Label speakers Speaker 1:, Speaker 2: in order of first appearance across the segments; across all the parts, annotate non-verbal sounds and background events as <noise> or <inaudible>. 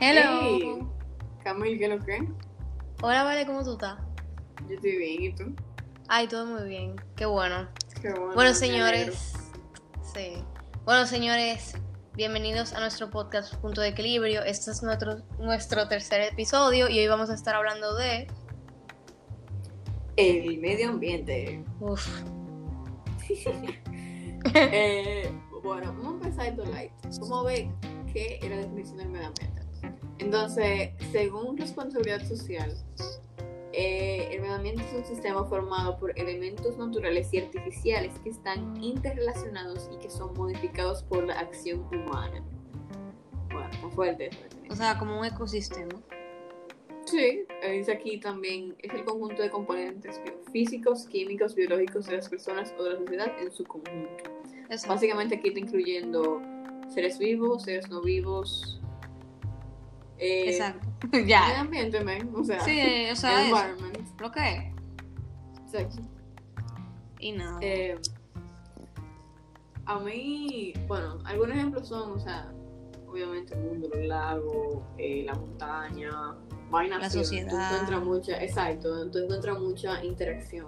Speaker 1: Hello.
Speaker 2: Hey. Camil, ¿qué es lo que?
Speaker 1: Hola, Vale, ¿cómo tú estás?
Speaker 2: Yo estoy bien, ¿y tú?
Speaker 1: Ay, todo muy bien. Qué bueno.
Speaker 2: Qué bueno.
Speaker 1: Bueno,
Speaker 2: me alegro.
Speaker 1: señores. Sí. Bueno, señores, bienvenidos a nuestro podcast Punto de Equilibrio. Este es nuestro, nuestro tercer episodio y hoy vamos a estar hablando de.
Speaker 2: El
Speaker 1: <laughs>
Speaker 2: medio ambiente.
Speaker 1: Uf.
Speaker 2: Eh, bueno, vamos a empezar esto light. ¿Cómo ve qué es la definición del medio ambiente? Entonces, según responsabilidad social, eh, el medio ambiente es un sistema formado por elementos naturales y artificiales que están interrelacionados y que son modificados por la acción humana. Bueno, fue fuerte esa definición.
Speaker 1: O sea, como un ecosistema.
Speaker 2: Sí, eh, dice aquí también es el conjunto de componentes físicos, químicos, biológicos de las personas o de la sociedad en su conjunto.
Speaker 1: Eso.
Speaker 2: Básicamente aquí está incluyendo seres vivos, seres no vivos. eh, <laughs>
Speaker 1: Exacto.
Speaker 2: Medio
Speaker 1: ya.
Speaker 2: ambiente, man, o sea,
Speaker 1: Sí, o sea, es
Speaker 2: environment.
Speaker 1: lo que es.
Speaker 2: Exacto.
Speaker 1: Y nada.
Speaker 2: Eh, a mí, bueno, algunos ejemplos son, o sea, obviamente el mundo, los lagos, eh, la montaña, vainas.
Speaker 1: La
Speaker 2: así, donde
Speaker 1: sociedad.
Speaker 2: Tú encuentras mucha, exacto, donde tú encuentras mucha interacción.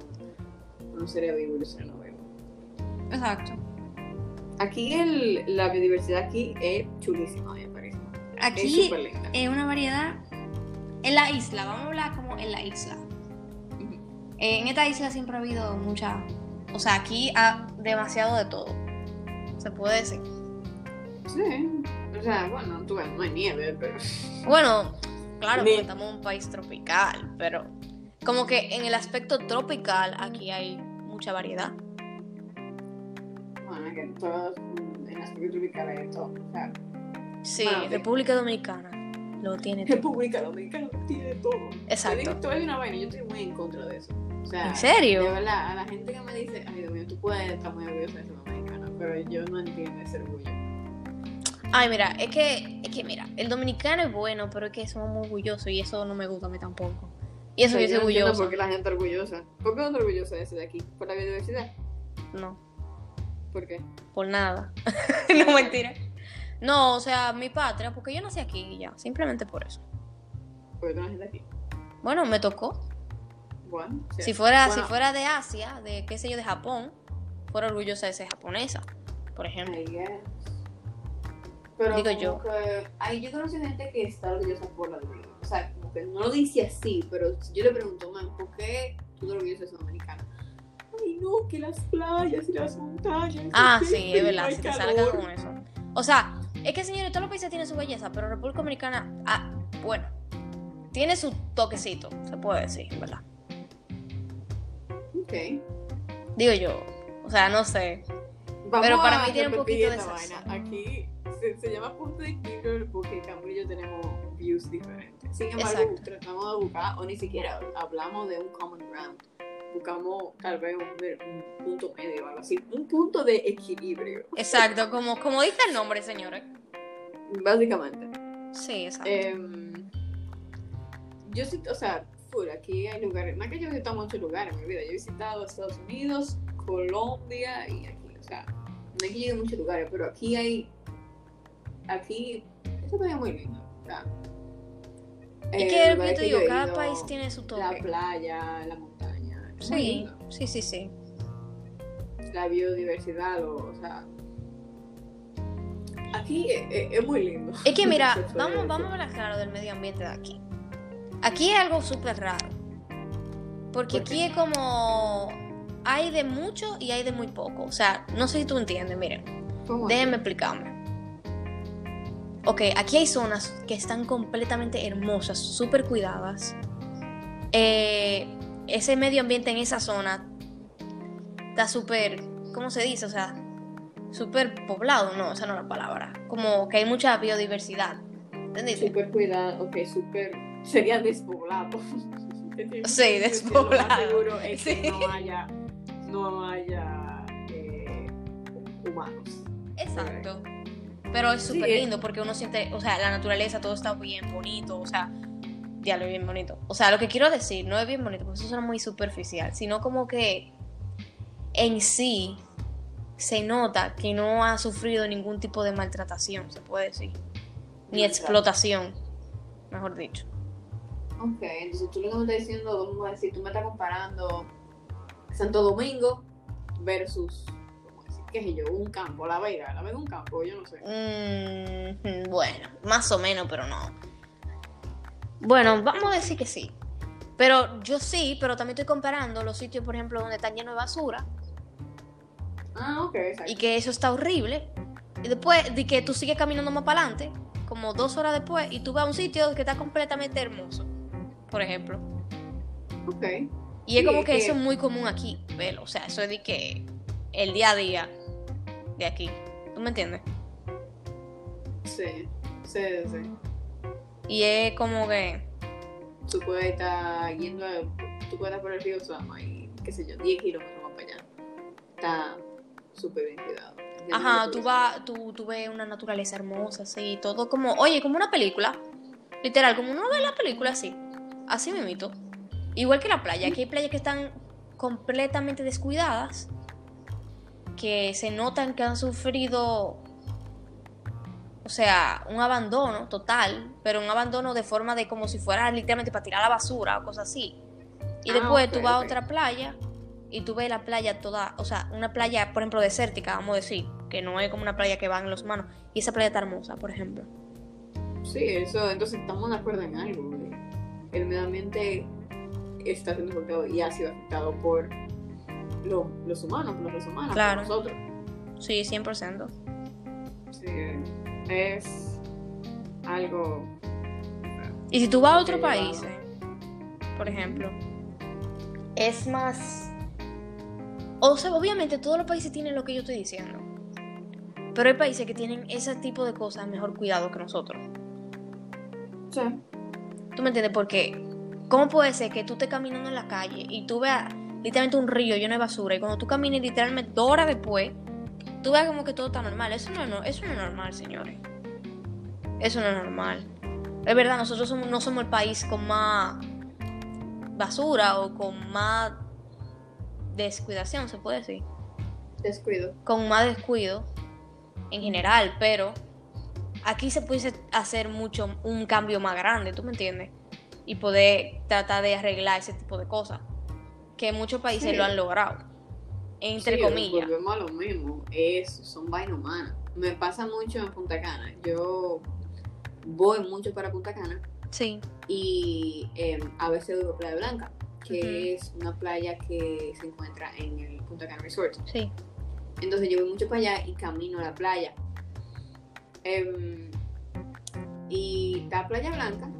Speaker 2: No sería vivo y sería no vivo.
Speaker 1: Exacto.
Speaker 2: Aquí el, la biodiversidad aquí es chulísima, me parece. es
Speaker 1: Aquí
Speaker 2: súper linda.
Speaker 1: es una variedad en la isla. Vamos a hablar como en la isla. Eh, en esta isla siempre ha habido mucha. O sea, aquí ha demasiado de todo. Se puede decir.
Speaker 2: Sí. O sea, bueno, tú ves, no hay nieve, pero.
Speaker 1: Bueno, claro,
Speaker 2: Ni-
Speaker 1: porque estamos en un país tropical, pero como que en el aspecto tropical aquí hay mucha variedad.
Speaker 2: Bueno, es que en todas en las películas tropicales hay de todo. O sea, <laughs>
Speaker 1: Sí,
Speaker 2: Ah, ok.
Speaker 1: República Dominicana lo
Speaker 2: <laughs>
Speaker 1: tiene todo.
Speaker 2: República Dominicana tiene todo. Te digo,
Speaker 1: Exacto.
Speaker 2: te voy a decir una vaina, yo estoy muy en contra de eso. O sea,
Speaker 1: ¿En serio?
Speaker 2: De verdad, a la gente que me dice, ay Dios mío, tú puedes estar muy orgullosa de ser dominicana, pero yo no entiendo ese orgullo.
Speaker 1: Ay, mira, es que, es que mira, el dominicano es bueno, pero es que somos muy orgullosos y eso no me gusta a mí tampoco. Y eso
Speaker 2: O sea,
Speaker 1: yo soy
Speaker 2: no entiendo
Speaker 1: orgulloso.
Speaker 2: ¿Por qué la gente orgullosa? ¿Por qué no está orgullosa de ser de aquí? ¿Por la biodiversidad?
Speaker 1: No,
Speaker 2: ¿Por qué?
Speaker 1: por nada. <laughs> no, mentira. No, o sea, mi patria, porque yo nací aquí y ya, simplemente por eso.
Speaker 2: Porque tú no eres de aquí.
Speaker 1: Bueno, me tocó.
Speaker 2: Bueno, o sea,
Speaker 1: Si, fuera,
Speaker 2: Bueno.
Speaker 1: si fuera de Asia, de qué sé yo, de Japón, fuera orgullosa de ser japonesa, por ejemplo.
Speaker 2: I guess. Pero
Speaker 1: Digo
Speaker 2: como
Speaker 1: yo.
Speaker 2: que- ay, yo conozco gente que está orgullosa por la dominicana. O sea, como que no lo dice así, pero si yo le pregunto, man, ¿por qué tú te orgullosa de ser dominicana? Ay, no, que las playas y las montañas.
Speaker 1: Ah,
Speaker 2: y
Speaker 1: sí,
Speaker 2: <laughs>
Speaker 1: es
Speaker 2: el
Speaker 1: verdad, si te salga
Speaker 2: calor".
Speaker 1: con eso. O sea, es que señores, todos los países tienen su belleza, pero República Dominicana, ah, bueno, tiene su toquecito, se puede decir, en ¿verdad?
Speaker 2: Ok.
Speaker 1: Digo yo, o sea, no sé.
Speaker 2: Vamos
Speaker 1: Pero para
Speaker 2: a
Speaker 1: mí tiene un
Speaker 2: repetir
Speaker 1: poquito de
Speaker 2: esta
Speaker 1: salsa.
Speaker 2: vaina. Aquí se, se llama punto de equilibrio porque Camilo y yo tenemos views diferentes. Sin embargo,
Speaker 1: Exacto.
Speaker 2: tratamos de buscar, o ni siquiera hablamos de un common ground. Buscamos tal vez un, un punto medio, algo así. Un punto de equilibrio,
Speaker 1: Exacto, como, como dice el nombre, señores.
Speaker 2: básicamente.
Speaker 1: Sí, exacto.
Speaker 2: Em, yo sí, o sea, full, aquí hay lugares. No es que yo he visitado muchos lugares en mi vida. Yo he visitado Estados Unidos, Colombia y aquí. O sea, no es que llegue a muchos lugares, pero aquí hay. Aquí. Esto también es muy lindo. o sea, eh,
Speaker 1: es que lo que
Speaker 2: lugares
Speaker 1: yo te digo,
Speaker 2: he
Speaker 1: cada
Speaker 2: ido,
Speaker 1: país tiene su
Speaker 2: La
Speaker 1: toque.
Speaker 2: playa, la montaña. es muy
Speaker 1: Sí,
Speaker 2: lindo.
Speaker 1: sí, sí, sí.
Speaker 2: La biodiversidad, o, o sea. Aquí es, es- es muy lindo.
Speaker 1: Es que mira,
Speaker 2: Se puede
Speaker 1: vamos,
Speaker 2: decir.
Speaker 1: vamos a hablar claro del medio ambiente de aquí. Aquí es algo súper raro. Porque
Speaker 2: ¿Por
Speaker 1: aquí
Speaker 2: qué?
Speaker 1: es como hay de mucho y hay de muy poco. O sea, no sé si tú entiendes, miren.
Speaker 2: ¿Cómo así?
Speaker 1: Déjenme explicarme. Ok, aquí hay zonas que están completamente hermosas, súper cuidadas. Eh, ese medio ambiente en esa zona está súper, ¿cómo se dice? O sea, súper poblado, no, esa no es la palabra. Como que hay mucha biodiversidad. ¿Entendiste?
Speaker 2: Súper cuidado, ok, súper. Sería despoblado. <laughs>
Speaker 1: Sí, despoblado.
Speaker 2: Lo más seguro es
Speaker 1: Sí.
Speaker 2: que no haya, no haya eh, humanos.
Speaker 1: Exacto. Pero es
Speaker 2: Sí,
Speaker 1: súper
Speaker 2: es-
Speaker 1: lindo porque uno siente, o sea, la naturaleza, todo está bien bonito, o sea, ya lo es bien bonito. O sea, lo que quiero decir, no es bien bonito, porque eso suena muy superficial, sino como que en sí se nota que no ha sufrido ningún tipo de maltratación, se puede decir, ni
Speaker 2: Maltrato.
Speaker 1: explotación. mejor dicho.
Speaker 2: Ok, entonces tú lo que me estás diciendo, vamos a decir, tú me estás comparando Santo Domingo versus, vamos a decir, qué sé yo, un campo, La Vega, La Vega un campo, yo no sé.
Speaker 1: Mm, bueno, más o menos, pero no. Bueno, vamos a decir que sí. Pero yo sí, pero también estoy comparando los sitios, por ejemplo, donde están llenos de basura Mm.
Speaker 2: Ah, ok, exacto.
Speaker 1: y que eso está horrible. Y después de que tú sigues caminando más para adelante, como dos horas después, y tú vas a un sitio que está completamente hermoso, por ejemplo.
Speaker 2: Ok,
Speaker 1: Y es
Speaker 2: Sí,
Speaker 1: como
Speaker 2: es
Speaker 1: que
Speaker 2: que-
Speaker 1: eso es muy común aquí, velo. O sea, eso es de que el día a día de aquí. ¿Tú me entiendes?
Speaker 2: sí, sí, sí.
Speaker 1: Y es como que.
Speaker 2: tú puedes estar yendo, a- tú puedes estar por el río Sama y qué sé yo, 10 kilómetros más para allá. Está súper bien cuidado.
Speaker 1: Ajá, tú vas, tú, tú ves una naturaleza hermosa, así, todo como, oye, como una película. Literal, como uno ve la película así. Así mimito. Igual que la playa, aquí hay playas que están completamente descuidadas, que se notan que han sufrido, o sea, un abandono total, pero un abandono de forma de como si fuera literalmente para tirar la basura o cosas así. Y
Speaker 2: Ah,
Speaker 1: después
Speaker 2: ok,
Speaker 1: tú vas
Speaker 2: ok.
Speaker 1: a otra playa y tú ves la playa toda, o sea, una playa, por ejemplo, desértica, vamos a decir, que no es como una playa que va en los manos, y esa playa está hermosa, por ejemplo.
Speaker 2: Sí, eso, entonces estamos de acuerdo en algo. güey. El medio ambiente está siendo afectado y ha sido afectado por lo- los humanos, por los humanos,
Speaker 1: Claro.
Speaker 2: por nosotros.
Speaker 1: Sí, 100%.
Speaker 2: Sí, es algo.
Speaker 1: Y si tú vas a otro
Speaker 2: Ok,
Speaker 1: país,
Speaker 2: vamos.
Speaker 1: eh, por ejemplo, es más... O sea, obviamente todos los países tienen lo que yo estoy diciendo. Pero hay países que tienen ese tipo de cosas mejor cuidado que nosotros.
Speaker 2: Sí,
Speaker 1: ¿Tú me entiendes? Porque, ¿cómo puede ser que tú estés caminando en la calle y tú veas literalmente un río lleno de basura y cuando tú camines literalmente dos horas después, tú veas como que todo está normal? Eso no es, no- eso no es normal, señores. Eso no es normal. Es verdad, nosotros somos- no somos el país con más basura o con más descuidación, se puede decir
Speaker 2: descuido.
Speaker 1: con más descuido en general, pero aquí se puede hacer mucho un cambio más grande, ¿tú me entiendes? Y poder tratar de arreglar ese tipo de cosas que muchos países
Speaker 2: Sí.
Speaker 1: lo han logrado, entre
Speaker 2: Sí,
Speaker 1: comillas.
Speaker 2: Volvemos a lo mismo, es, son vainas humanas. Me pasa mucho en Punta Cana. Yo voy mucho para Punta Cana
Speaker 1: Sí,
Speaker 2: y eh, a veces voy a Playa Blanca, que
Speaker 1: Ujú.
Speaker 2: es una playa que se encuentra en el Punta Cana Resort.
Speaker 1: sí.
Speaker 2: Entonces yo voy mucho para allá y camino a la playa. Em, y está Playa Blanca,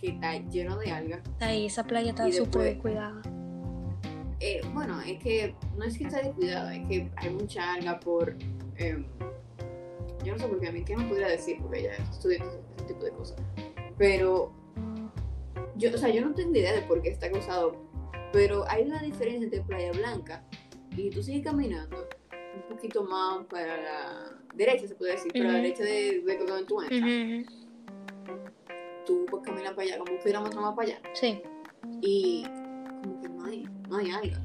Speaker 2: que está lleno de algas.
Speaker 1: Ahí esa playa está
Speaker 2: Y
Speaker 1: súper
Speaker 2: después-
Speaker 1: descuidada.
Speaker 2: Eh, bueno, es que no es que está descuidado, es que hay mucha alga por. em, yo no sé por qué a mí, ¿qué me pudiera decir? Porque ella estudia ese ese tipo de cosas. Pero. Yo, o sea, yo no tengo idea de por qué está causado, pero hay una diferencia entre Playa Blanca y tú sigues caminando un poquito más para la derecha, se puede decir, para la
Speaker 1: Ujú.
Speaker 2: derecha de, de donde tú entras.
Speaker 1: Ujú, ujú.
Speaker 2: Tú pues, caminas para allá, como un kilómetro más para allá
Speaker 1: Sí,
Speaker 2: y como que no hay, no hay algo.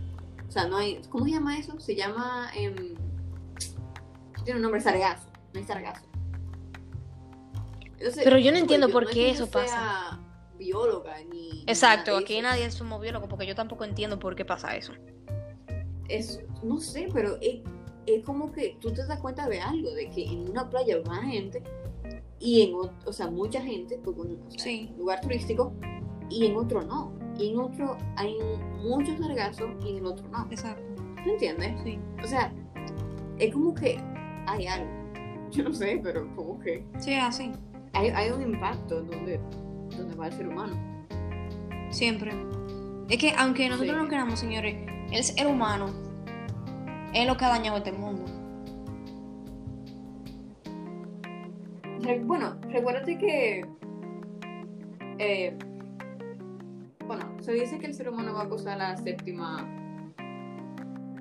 Speaker 2: O sea, no hay, ¿cómo se llama eso? Se llama, em, tiene un nombre, sargazo, no hay sargazo. Entonces,
Speaker 1: Pero yo no
Speaker 2: pues,
Speaker 1: entiendo por
Speaker 2: no es
Speaker 1: qué
Speaker 2: que
Speaker 1: eso
Speaker 2: yo
Speaker 1: pasa.
Speaker 2: sea bióloga ni... ni
Speaker 1: exacto,
Speaker 2: nada de
Speaker 1: aquí
Speaker 2: eso.
Speaker 1: nadie es un biólogo porque yo tampoco entiendo por qué pasa eso.
Speaker 2: Es, no sé, pero es, es como que tú te das cuenta de algo, de que en una playa va más gente y en otro, o sea, mucha gente, porque un o sea,
Speaker 1: Sí.
Speaker 2: lugar turístico, y en otro no. Y en otro hay muchos sargazos y en el otro no.
Speaker 1: Exacto,
Speaker 2: ¿Tú entiendes?
Speaker 1: sí,
Speaker 2: O sea, es como que hay algo. <laughs> Yo no sé, pero como que
Speaker 1: sí, así,
Speaker 2: hay, hay un impacto en donde, donde va el ser humano.
Speaker 1: Siempre. Es que aunque nosotros
Speaker 2: Sí.
Speaker 1: no queramos, señores, el ser humano es lo que ha dañado este mundo.
Speaker 2: Re- bueno, recuérdate que. eh, bueno, se dice que el ser humano va a causar la séptima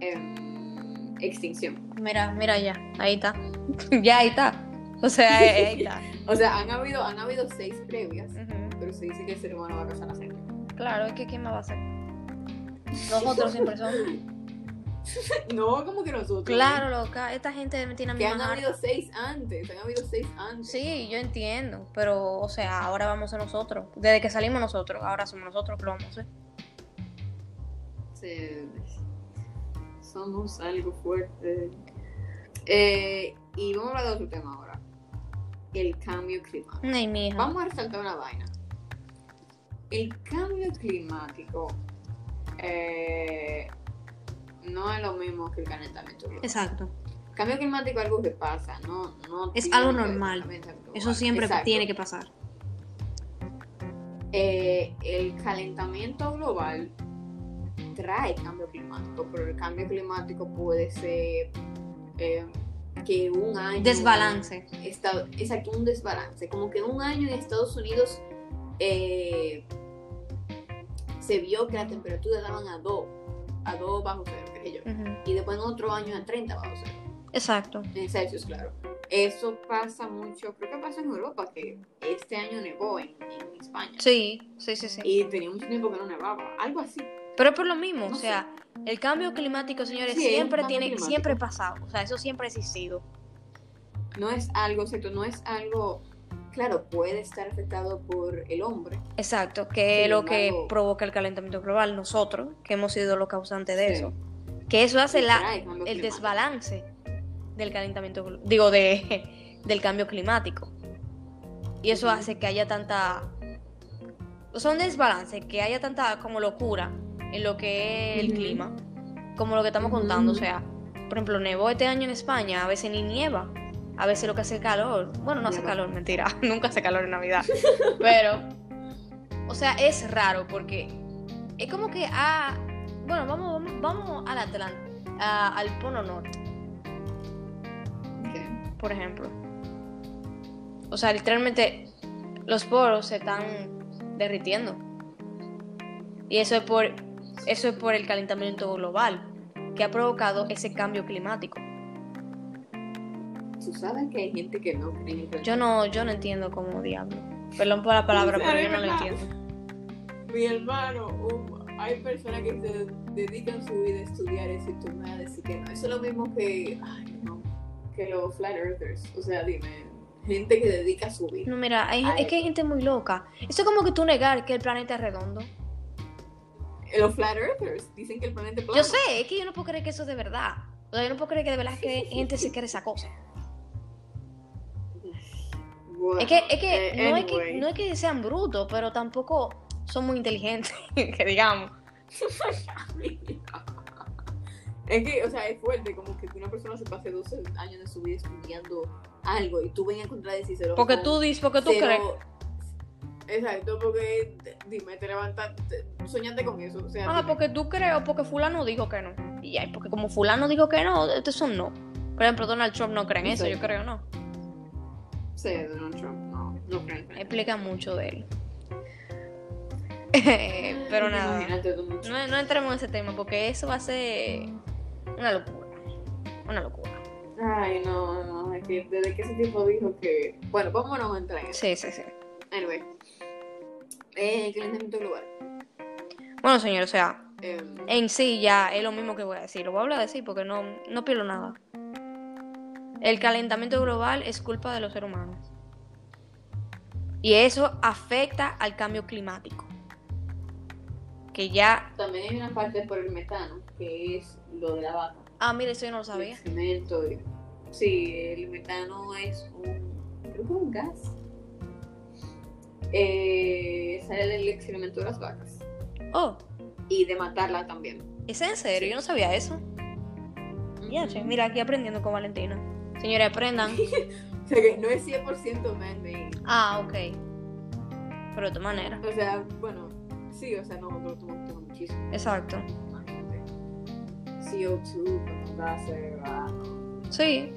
Speaker 2: em, extinción.
Speaker 1: Mira, mira ya, ahí está. <laughs> ya ahí está. O sea, eh, ahí <laughs> está.
Speaker 2: O sea, han habido, han habido seis previas,
Speaker 1: Ujú.
Speaker 2: pero se dice que el ser humano va a causar la séptima. <laughs>
Speaker 1: Claro, es que ¿quién más va a hacer? Nosotros siempre somos.
Speaker 2: No, como que nosotros. ¿eh?
Speaker 1: Claro, loca, esta gente tiene
Speaker 2: Que han
Speaker 1: misma
Speaker 2: habido seis antes, han habido seis antes.
Speaker 1: Sí, yo entiendo, pero, o sea, ahora vamos a nosotros. Desde que salimos nosotros, ahora somos nosotros que lo vamos a hacer.
Speaker 2: Se- Somos algo fuerte. Eh, y vamos a hablar de otro tema ahora. El cambio climático.
Speaker 1: Ay, mija.
Speaker 2: Vamos a resaltar una vaina. El cambio climático eh, no es lo mismo que el calentamiento global.
Speaker 3: Exacto.
Speaker 2: El cambio climático es algo que pasa, no, no
Speaker 3: Es
Speaker 2: tiene
Speaker 3: algo
Speaker 2: que ver
Speaker 3: normal.
Speaker 2: con el calentamiento
Speaker 3: Eso
Speaker 1: Ah,
Speaker 2: global.
Speaker 3: siempre
Speaker 2: Exacto.
Speaker 3: tiene que pasar.
Speaker 2: Eh, el calentamiento global trae cambio climático, pero el cambio climático puede ser eh, que un año
Speaker 3: Desbalance.
Speaker 2: Esta- es aquí un desbalance. Como que un año en Estados Unidos eh, se vio que la temperatura daban a 2, a 2 bajo cero, qué sé yo.
Speaker 1: Ujú.
Speaker 2: Y después en otro año a 30 bajo cero,
Speaker 1: Exacto.
Speaker 2: en Celsius, claro. Eso pasa mucho, creo que pasa en Europa, que este año nevó en, en España.
Speaker 1: Sí, sí, sí, sí.
Speaker 2: Y tenía mucho tiempo que no nevaba, algo así.
Speaker 1: Pero es por lo mismo,
Speaker 2: No
Speaker 1: o sea, el cambio climático, señores,
Speaker 2: Sí, es un
Speaker 1: siempre
Speaker 2: cambio
Speaker 1: tiene,
Speaker 2: climático.
Speaker 1: siempre ha pasado. O sea, eso siempre ha existido.
Speaker 2: No es algo, exacto, no es algo, claro, puede estar afectado por el hombre.
Speaker 1: Exacto, que es
Speaker 2: Sin
Speaker 1: lo que
Speaker 2: embargo-
Speaker 1: provoca el calentamiento global, nosotros, que hemos sido los causantes de
Speaker 2: Sí.
Speaker 1: eso. Que eso hace la,
Speaker 2: Trae cambio
Speaker 1: el
Speaker 2: climático.
Speaker 1: desbalance del calentamiento, glo- digo, de, <laughs> del cambio climático. Y eso
Speaker 2: Ujú.
Speaker 1: hace que haya tanta... O sea, un desbalance, que haya tanta como locura en lo que es el
Speaker 2: Ujú.
Speaker 1: clima, como lo que estamos contando. O
Speaker 2: Ujú.
Speaker 1: sea, por ejemplo, nevó este año en España, a veces ni nieva, a veces lo que hace calor. Bueno, no hace
Speaker 2: Nieva.
Speaker 1: calor, mentira, <laughs> nunca hace calor en Navidad. Pero, o sea, es raro porque es como que a. Bueno, vamos, vamos, vamos al Atlántico, al Polo Norte,
Speaker 2: Ok.
Speaker 1: por ejemplo. O sea, literalmente los poros se están derritiendo. Y eso es por, eso es por el calentamiento global que ha provocado ese cambio climático.
Speaker 2: Tú sabes que hay gente que no cree en el
Speaker 1: Yo no, yo no entiendo cómo diablo. Perdón por la palabra, pero yo no lo entiendo.
Speaker 2: Mi hermano, un- hay personas que se dedican su vida a estudiar eso y tú me vas a decir que no. Eso es lo mismo que, ay, no, que los flat earthers. O sea, dime, gente que dedica su vida.
Speaker 1: No, mira, hay-
Speaker 2: Ay.
Speaker 1: es que hay gente muy loca. Eso es como que tú negar que el planeta es redondo.
Speaker 2: Eh, Los flat earthers dicen que el planeta es plano.
Speaker 1: Yo sé, es que yo no puedo creer que eso es de verdad. O sea, yo no puedo creer que de verdad es que gente se cree esa cosa.
Speaker 2: Bueno,
Speaker 1: Es que, es que,
Speaker 2: eh,
Speaker 1: no, es que
Speaker 2: anyway.
Speaker 1: no es que sean brutos, pero tampoco son muy inteligentes, <laughs> que digamos.
Speaker 2: Es que, o sea, es fuerte como que una persona se pase 12 años de su vida estudiando algo y tú vengas a contradecírselo.
Speaker 1: Porque
Speaker 2: con-
Speaker 1: tú dices, porque tú crees.
Speaker 2: Pero- Exacto, porque te- dime, te levantas, te- soñaste con eso. O sea,
Speaker 1: Ah,
Speaker 2: dime,
Speaker 1: porque tú crees o porque fulano dijo que no. Y ya, y porque como fulano dijo que no, estos son no. Por ejemplo, Donald Trump no cree en eso,
Speaker 2: Sí.
Speaker 1: yo creo no.
Speaker 2: sí, Donald Trump, no, no creo en él.
Speaker 1: Explica mucho de él. <laughs> Eh, pero nada.
Speaker 2: Imagínate tú mucho.
Speaker 1: No, no entremos en ese tema porque eso va a ser una locura. Una locura.
Speaker 2: Ay, no, no, es que desde que ese tipo dijo que. Bueno, vámonos a entrar en eso.
Speaker 1: Sí, sí, sí.
Speaker 2: Anyway, eh, el calentamiento global.
Speaker 1: Bueno, señor, o sea,
Speaker 2: Eh,
Speaker 1: en sí ya es lo mismo que voy a decir. Lo voy a hablar de sí porque no, no pierdo nada. El calentamiento global es culpa de los seres humanos. Y eso afecta al cambio climático. Que ya.
Speaker 2: también hay una parte por el metano, que es lo de la vaca.
Speaker 1: Ah, mire, eso yo no lo
Speaker 2: El
Speaker 1: sabía.
Speaker 2: cemento. y- Sí, el metano es un. Creo que es un gas. Eh, sale del excremento de las vacas.
Speaker 1: Oh,
Speaker 2: Y de matarla también.
Speaker 1: ¿es en serio? Yo no sabía eso. Ya, che, mira, aquí aprendiendo con Valentina. Señores, aprendan.
Speaker 2: O sea que no es 100% man-made.
Speaker 1: Ah, ok. Pero de tu manera.
Speaker 2: O sea, bueno, sí, o sea, nosotros tomamos tomamos muchísimo.
Speaker 1: Exacto.
Speaker 2: imagínate. CO2, como gases, ah,
Speaker 1: Sí.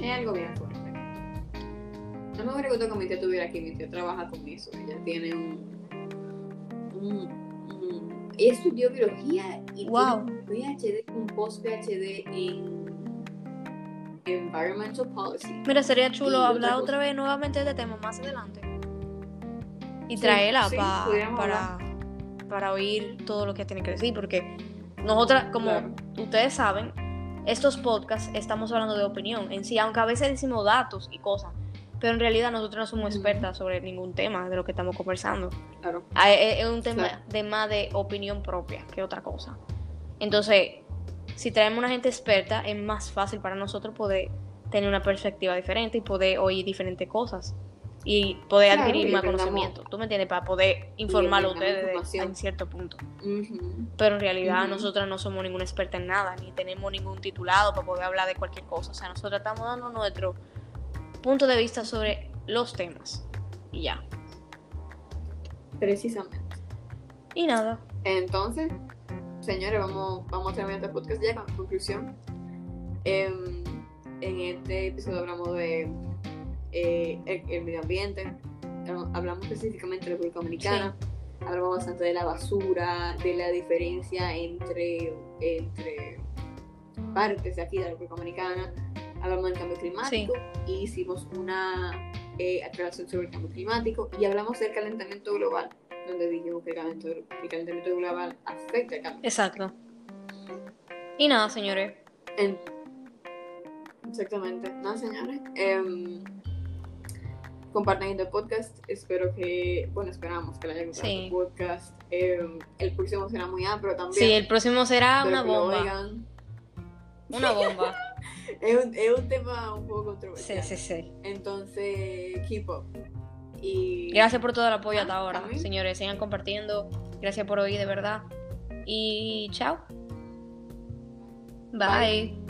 Speaker 2: Es algo bien fuerte. No me hubiera gustado que mi tía estuviera aquí. Mi tía trabaja con eso. Ella tiene un. un- un- ella estudió biología y
Speaker 1: Wow.
Speaker 2: tiene un PhD, un post-PhD en Environmental Policy.
Speaker 1: Mira, sería
Speaker 2: Y
Speaker 1: chulo
Speaker 2: otra
Speaker 1: hablar
Speaker 2: cosa.
Speaker 1: otra vez nuevamente de este tema más adelante. Y
Speaker 2: Sí,
Speaker 1: traerla
Speaker 2: sí,
Speaker 1: pa-
Speaker 2: pudiéramos
Speaker 1: para, para oír todo lo que tiene que decir, porque Nosotras, como
Speaker 2: Claro.
Speaker 1: ustedes saben, estos podcasts estamos hablando de opinión en sí, aunque a veces decimos datos y cosas, pero en realidad nosotros no somos
Speaker 2: Ujú.
Speaker 1: expertas sobre ningún tema de lo que estamos conversando.
Speaker 2: Claro.
Speaker 1: Ah, Es, es un tema
Speaker 2: Claro.
Speaker 1: de más de opinión propia que otra cosa. Entonces, si traemos una gente experta, es más fácil para nosotros poder tener una perspectiva diferente y poder oír diferentes cosas y poder
Speaker 2: Claro,
Speaker 1: adquirir
Speaker 2: y
Speaker 1: más
Speaker 2: aprendamos-
Speaker 1: conocimiento. ¿Tú me entiendes? Para poder informarlo a
Speaker 2: aprendamos
Speaker 1: ustedes de-
Speaker 2: información.
Speaker 1: en cierto punto.
Speaker 2: Ujú.
Speaker 1: Pero en realidad
Speaker 2: Ujú.
Speaker 1: nosotras no somos ninguna experta en nada, ni tenemos ningún titulado para poder hablar de cualquier cosa. O sea, nosotras estamos dando nuestro punto de vista sobre los temas. Y ya.
Speaker 2: Precisamente.
Speaker 1: Y nada.
Speaker 2: Entonces, señores, vamos, vamos a terminar este podcast ya con conclusión. Em, en este episodio hablamos de eh, el, el medio ambiente, habl- hablamos específicamente de la República Dominicana, hablamos bastante de la basura, de la diferencia entre, entre partes de aquí de la República Dominicana, hablamos del cambio climático y hicimos una eh, aclaración sobre el cambio climático y hablamos del calentamiento global, donde dijimos que el calentamiento, el calentamiento global afecta el cambio.
Speaker 1: Exacto. Y nada, señores.
Speaker 2: En- Exactamente. No, señores. em, compartan este podcast. Espero que, bueno, esperamos que le haya gustado
Speaker 1: Sí.
Speaker 2: este podcast. Em, el próximo será muy amplio también.
Speaker 1: Sí, el próximo será
Speaker 2: Espero
Speaker 1: una
Speaker 2: que lo
Speaker 1: bomba.
Speaker 2: oigan. <laughs>
Speaker 1: Una bomba.
Speaker 2: Es un, es un tema un poco
Speaker 1: Sí,
Speaker 2: controversial.
Speaker 1: sí, sí.
Speaker 2: Entonces, keep up. Y
Speaker 1: Gracias por todo el apoyo hasta
Speaker 2: Ah,
Speaker 1: ahora,
Speaker 2: también.
Speaker 1: señores. Sigan compartiendo. Gracias por oír, de verdad. Y chao. Bye.